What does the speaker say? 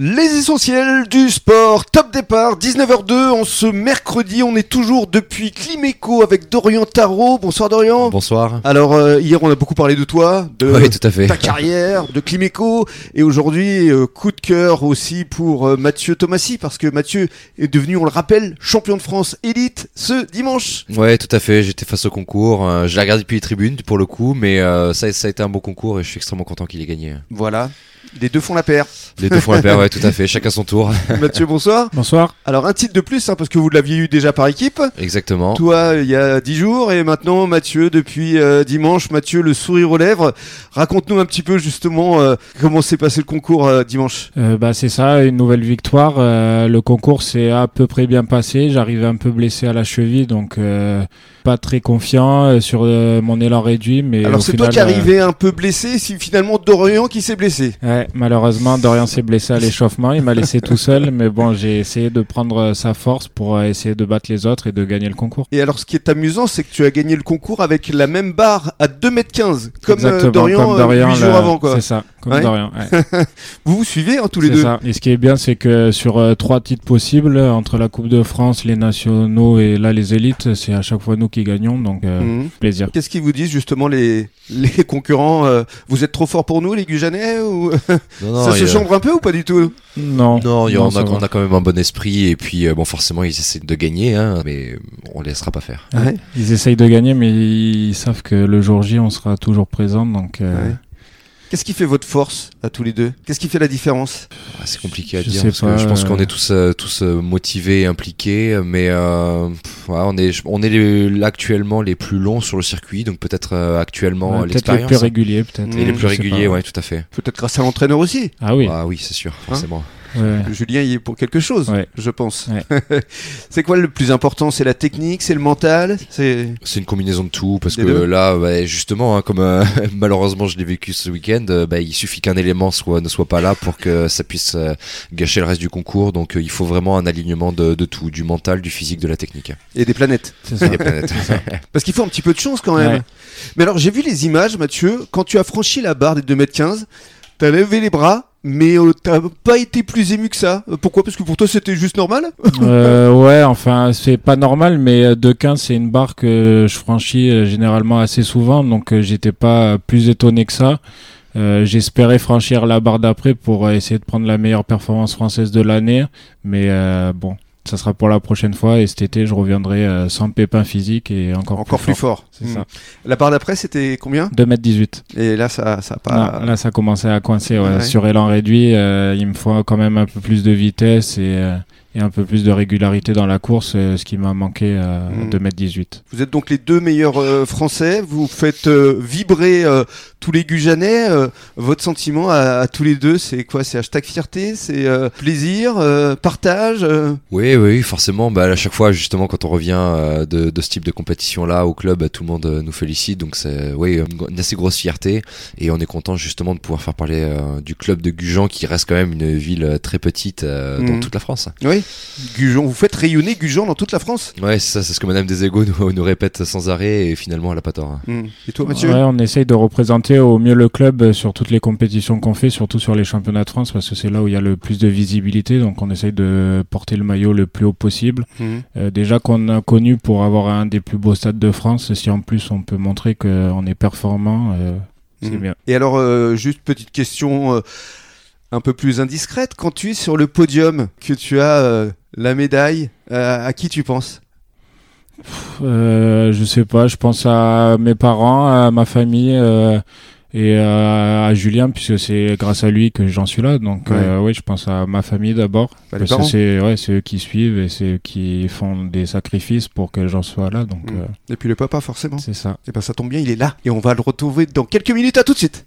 Les essentiels du sport, top départ, 19h02, en ce mercredi, on est toujours depuis Climéco avec Dorian Tarot. Bonsoir Euh, Dorian. Bonsoir. Alors euh, hier on a beaucoup parlé de toi, de oui, tout à fait. ta carrière, de Climéco, et aujourd'hui euh, coup de cœur aussi pour euh, Mathieu Tomassi, parce que Mathieu est devenu, on le rappelle, champion de France élite ce dimanche. Ouais, tout à fait. J'étais face au concours. Euh, je l'ai regardé depuis les tribunes pour le coup, mais euh, ça, ça a été un bon concours et je suis extrêmement content qu'il ait gagné. Voilà, les deux font la paire. Les deux font la paire, ouais, tout à fait. Chacun son tour. Mathieu, bonsoir. Bonsoir. Alors un titre de plus, hein, parce que vous l'aviez eu déjà par équipe. Exactement. Oh. Toi, il y a 10 jours, et maintenant Mathieu, depuis euh, dimanche, Mathieu, le sourire aux lèvres. Raconte-nous un petit peu justement euh, comment s'est passé le concours euh, dimanche. Euh, bah, c'est ça, une nouvelle victoire. Euh, le concours s'est à peu près bien passé. J'arrivais un peu blessé à la cheville, donc euh, pas très confiant euh, sur euh, mon élan réduit. Mais au Alors c'est toi final, qui arrivais un peu blessé, si finalement Dorian qui s'est blessé. euh, ouais, malheureusement, Dorian s'est blessé à l'échauffement. Il m'a laissé tout seul, mais bon, j'ai essayé de prendre euh, sa force pour euh, essayer de battre les autres et de gagner le concours. Et alors ce qui est amusant, c'est que tu as gagné le concours avec la même barre à 2m15, comme euh, Exactement, Dorian, comme Dorian, 8 jours là, avant. Quoi. C'est ça, comme Ouais. Dorian. ouais. Vous vous suivez hein, tous les C'est deux ça. Et ce qui est bien, c'est que sur euh, trois titres possibles, euh, entre la Coupe de France, les nationaux et là les élites, c'est à chaque fois nous qui gagnons, donc euh, Mm. Mhm. plaisir. Qu'est-ce qu'ils vous disent justement les, les concurrents euh, Vous êtes trop forts pour nous les Gujanais ou... Non, non, Ça il y se a- chambre un peu ou pas du tout Non, Non, il y a- Non, on, ça a, va. on a quand même un bon esprit et puis euh, bon, forcément, ils essaient de gagner, hein, mais on les laissera pas faire. Ouais. ils essayent de gagner, mais ils savent que le jour J, on sera toujours présent, donc euh, Ah Ouais. Qu'est-ce qui fait votre force à tous les deux Qu'est-ce qui fait la différence Ouais, c'est compliqué à Je dire. sais parce que pas, je pense euh. qu'on est tous euh, tous euh, motivés, et impliqués, mais euh, pff, ouais, on est je- on est les- là, actuellement les plus longs sur le circuit, donc peut-être euh, actuellement ouais, peut-être les l'expérience hein. plus réguliers, peut-être. et les Mm, plus Hmm, Je sais pas. réguliers, ouais, tout à fait. Peut-être grâce à l'entraîneur aussi. Ah oui. Ah oui, c'est sûr, forcément. ouais. Julien y est pour quelque chose, Ah. Ouais. je pense. Ouais. c'est quoi le plus important C'est la technique, c'est le mental, c'est C'est une combinaison de tout parce Des que deux. là, bah, justement, hein, comme euh, malheureusement je l'ai vécu ce week-end, euh, bah, il suffit qu'un élément soit ne soit pas là pour que ça puisse euh, gâcher le reste du concours. Donc euh, il faut vraiment un alignement de, de tout, du mental, du physique, de la technique. et des planètes. c'est ça. Des planètes. Parce qu'il faut un petit peu de chance quand même. Ouais. Mais alors j'ai vu les images, Mathieu, quand tu as franchi la barre des 2m15, t'as levé les bras, mais euh, t'as pas été plus ému que ça. Euh, Pourquoi Parce que pour toi c'était juste normal Euh, ouais, enfin, c'est pas normal, mais euh, de 15, c'est une barre que je franchis euh, généralement assez souvent, donc euh, j'étais pas euh, plus étonné que ça. Euh, J'espérais franchir la barre d'après pour euh, essayer de prendre la meilleure performance française de l'année, mais euh, bon, ça sera pour la prochaine fois et cet été, je reviendrai euh, sans pépin physique et encore, Encore plus fort. C'est Mm. ça. La barre d'après c'était combien 2m18. Et là ça, ça a pas. Non, là, ça commençait à coincer. ouais. Ouais. Sur élan réduit, euh, il me faut quand même un peu plus de vitesse et, euh, et un peu plus de régularité dans la course, euh, ce qui m'a manqué euh, Mm. 2m18. Vous êtes donc les deux meilleurs euh, Français. Vous faites euh, vibrer euh, tous les Gujanais. Euh, votre sentiment à, à tous les deux, c'est quoi C'est hashtag fierté, c'est euh, plaisir, euh, partage. euh. Oui, oui, forcément. Bah, à chaque fois, justement, quand on revient euh, de, de ce type de compétition-là au club, bah, tout le monde euh, nous félicite. Donc, c'est oui, une, gro- une assez grosse fierté. Et on est content, justement, de pouvoir faire parler euh, du club de Gujan, qui reste quand même une ville euh, très petite euh, dans Mhm. toute la France. Oui. Gujan, vous faites rayonner Gujan dans toute la France. Ouais, c'est ça, c'est ce que Madame Deségaux nous, nous répète sans arrêt. Et finalement, elle a pas tort. hein. Hum. Et toi, Mathieu Ouais, on essaye de représenter au mieux le club euh, sur toutes les compétitions qu'on fait, surtout sur les championnats de France, parce que c'est là où il y a le plus de visibilité. Donc on essaye de porter le maillot le plus haut possible. Mhm. Euh, déjà qu'on a connu pour avoir un des plus beaux stades de France, si en plus on peut montrer qu'on est performant, euh, c'est Mhm. bien. Et alors, euh, juste petite question euh, un peu plus indiscrète. Quand tu es sur le podium, que tu as euh, la médaille, euh, à qui tu penses Euh, je sais pas, je pense à mes parents, à ma famille euh, et à, à Julien, puisque c'est grâce à lui que j'en suis là. Donc, Ouais. euh, ouais, je pense à ma famille d'abord. Bah, les parce parents. que c'est ouais, c'est eux qui suivent et c'est eux qui font des sacrifices pour que j'en sois là. Donc, Mm. euh, Et puis le papa, forcément. Eh c'est ça. Et ben ça tombe bien, il est là. Et on va le retrouver dans quelques minutes. À tout de suite.